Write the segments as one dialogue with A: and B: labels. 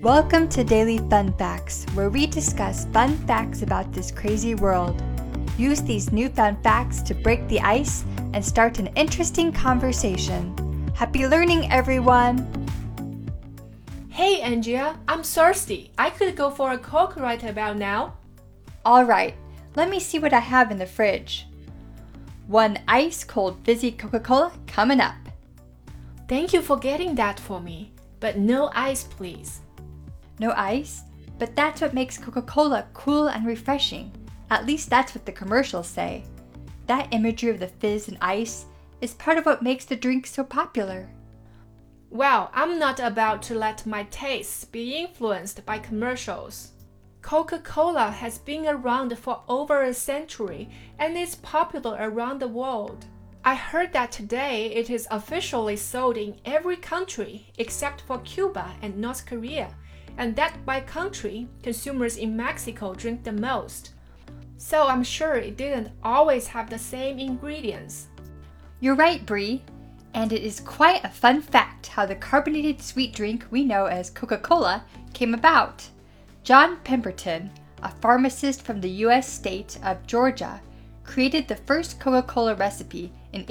A: Welcome to Daily Fun Facts, where we discuss fun facts about this crazy world. Use these newfound facts to break the ice and start an interesting conversation. Happy learning, everyone!
B: Hey, Andrea, I'm thirsty. I could go for a Coke right about now.
A: Alright, let me see what I have in the fridge. One ice cold fizzy Coca Cola coming up.
B: Thank you for getting that for me, but no ice, please.
A: No ice, but that's what makes Coca Cola cool and refreshing. At least that's what the commercials say. That imagery of the fizz and ice is part of what makes the drink so popular.
B: Well, I'm not about to let my tastes be influenced by commercials. Coca Cola has been around for over a century and is popular around the world. I heard that today it is officially sold in every country except for Cuba and North Korea, and that by country, consumers in Mexico drink the most. So I'm sure it didn't always have the same ingredients.
A: You're right, Bree. And it is quite a fun fact how the carbonated sweet drink we know as Coca Cola came about. John Pemberton, a pharmacist from the U.S. state of Georgia, created the first Coca Cola recipe in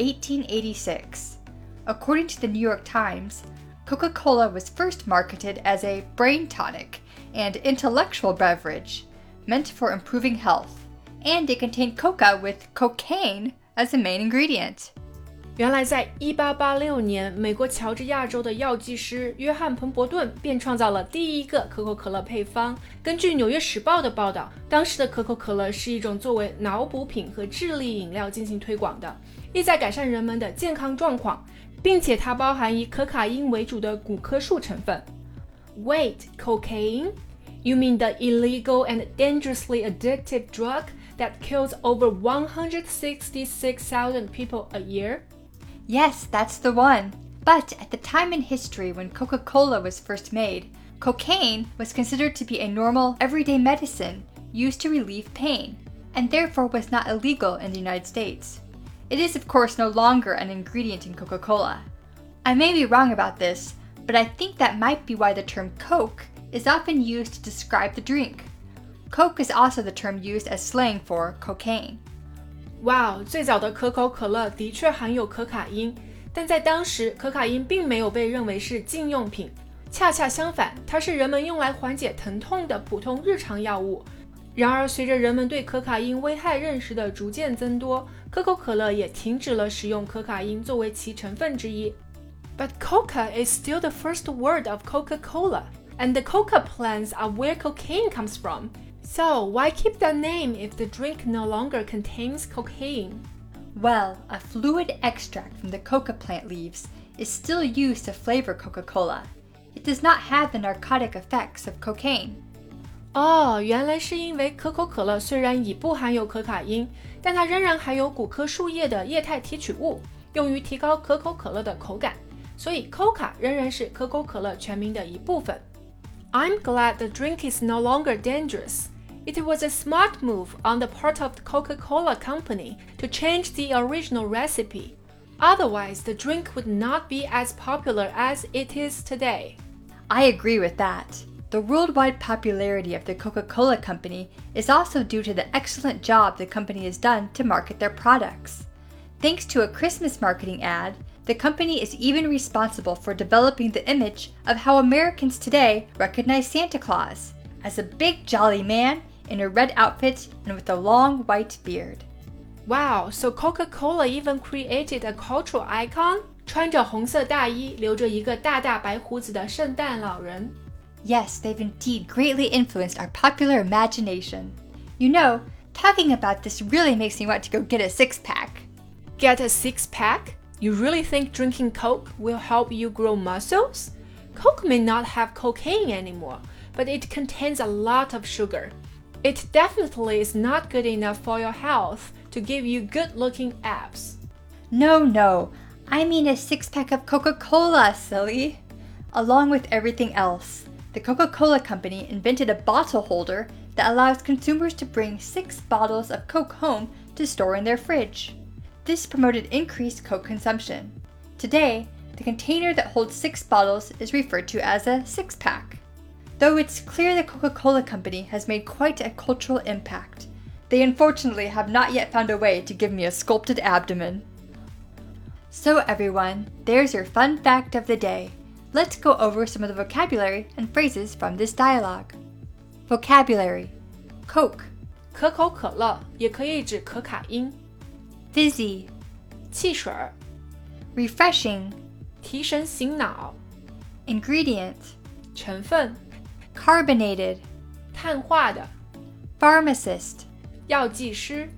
A: 1886. According to the New York Times, Coca Cola was first marketed as a brain tonic and intellectual beverage meant for improving health, and it contained coca with cocaine as the main ingredient.
B: 原来，在1886年，美国乔治亚州的药剂师约翰·彭伯顿便创造了第一个可口可乐配方。根据《纽约时报》的报道，当时的可口可乐是一种作为脑补品和智力饮料进行推广的，意在改善人们的健康状况，并且它包含以可卡因为主的骨科树成分。Wait, cocaine? You mean the illegal and dangerously addictive drug that kills over 166,000 people a year?
A: Yes, that's the one. But at the time in history when Coca Cola was first made, cocaine was considered to be a normal, everyday medicine used to relieve pain, and therefore was not illegal in the United States. It is, of course, no longer an ingredient in Coca Cola. I may be wrong about this, but I think that might be why the term Coke is often used to describe the drink. Coke is also the term used as slang for cocaine.
B: 哇哦，最早的可口可乐的确含有可卡因，但在当时，可卡因并没有被认为是禁用品，恰恰相反，它是人们用来缓解疼痛的普通日常药物。然而，随着人们对可卡因危害认识的逐渐增多，可口可乐也停止了使用可卡因作为其成分之一。But coca is still the first word of Coca-Cola, and the coca plants are where cocaine comes from. So why keep that name if the drink no longer contains cocaine?
A: Well, a fluid extract from the coca plant leaves is still used to flavor Coca Cola. It does not have the narcotic effects of cocaine.
B: 哦，原来是因为可口可乐虽然已不含有可卡因，但它仍然含有骨科树叶的液态提取物，用于提高可口可乐的口感，所以 Coca 仍然是可口可乐全名的一部分。I'm glad the drink is no longer dangerous. It was a smart move on the part of the Coca Cola company to change the original recipe. Otherwise, the drink would not be as popular as it is today.
A: I agree with that. The worldwide popularity of the Coca Cola Company is also due to the excellent job the company has done to market their products. Thanks to a Christmas marketing ad, the company is even responsible for developing the image of how Americans today recognize Santa Claus as a big jolly man in a red outfit and with a long white beard.
B: Wow, so Coca-Cola even created a cultural icon? 穿着红色大衣、留着一个大大白胡子的圣诞老人。
A: Yes, they've indeed greatly influenced our popular imagination. You know, talking about this really makes me want to go get a six pack.
B: Get a six pack? You really think drinking Coke will help you grow muscles? Coke may not have cocaine anymore, but it contains a lot of sugar. It definitely is not good enough for your health to give you good looking abs.
A: No, no, I mean a six pack of Coca Cola, silly. Along with everything else, the Coca Cola Company invented a bottle holder that allows consumers to bring six bottles of Coke home to store in their fridge. This promoted increased Coke consumption. Today, the container that holds six bottles is referred to as a six pack. Though it's clear the Coca Cola Company has made quite a cultural impact, they unfortunately have not yet found a way to give me a sculpted abdomen. So, everyone, there's your fun fact of the day. Let's go over some of the vocabulary and phrases from this dialogue. Vocabulary Coke,
B: 可口可乐也可以指可卡因、
A: fizzy,
B: 汽水儿、
A: refreshing,
B: 提神醒脑、
A: ingredient,
B: 成分、
A: carbonated,
B: 碳化的、
A: pharmacist,
B: 药剂师、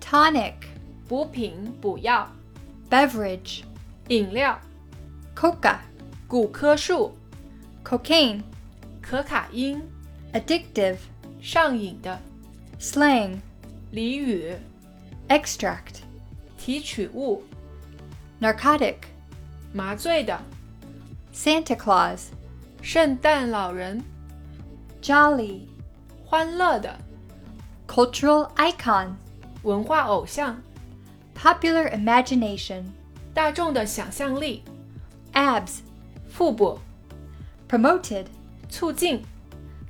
A: tonic,
B: 补品、补药、
A: beverage,
B: 饮料、
A: coca,
B: 骨科树、
A: cocaine,
B: 可卡因、
A: addictive,
B: 上瘾的、
A: slang,
B: 俚语、
A: extract,
B: 提取物、
A: narcotic,
B: 麻醉的、
A: Santa Claus,
B: 圣诞老人、
A: jolly,
B: 欢乐的、
A: cultural icon,
B: 文化偶像、
A: popular imagination,
B: 大众的想象力、
A: abs,
B: 腹部、
A: promoted,
B: 促进、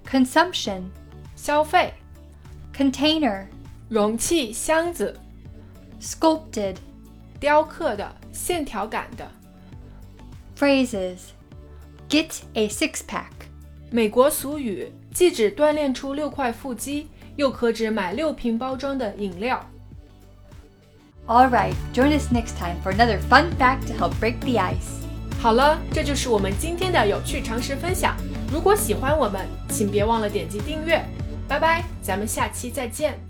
A: consumption,
B: 消费、
A: container,
B: 容器、箱子、
A: sculpted,
B: 雕刻的、线条感的。
A: phrases. Get a six pack,
B: 美国俗语既指锻炼出六块腹肌，又可指买六瓶包装的饮料。
A: All right, join us next time for another fun fact to help break the ice.
B: 好了，这就是我们今天的有趣常识分享。如果喜欢我们，请别忘了点击订阅。拜拜，咱们下期再见。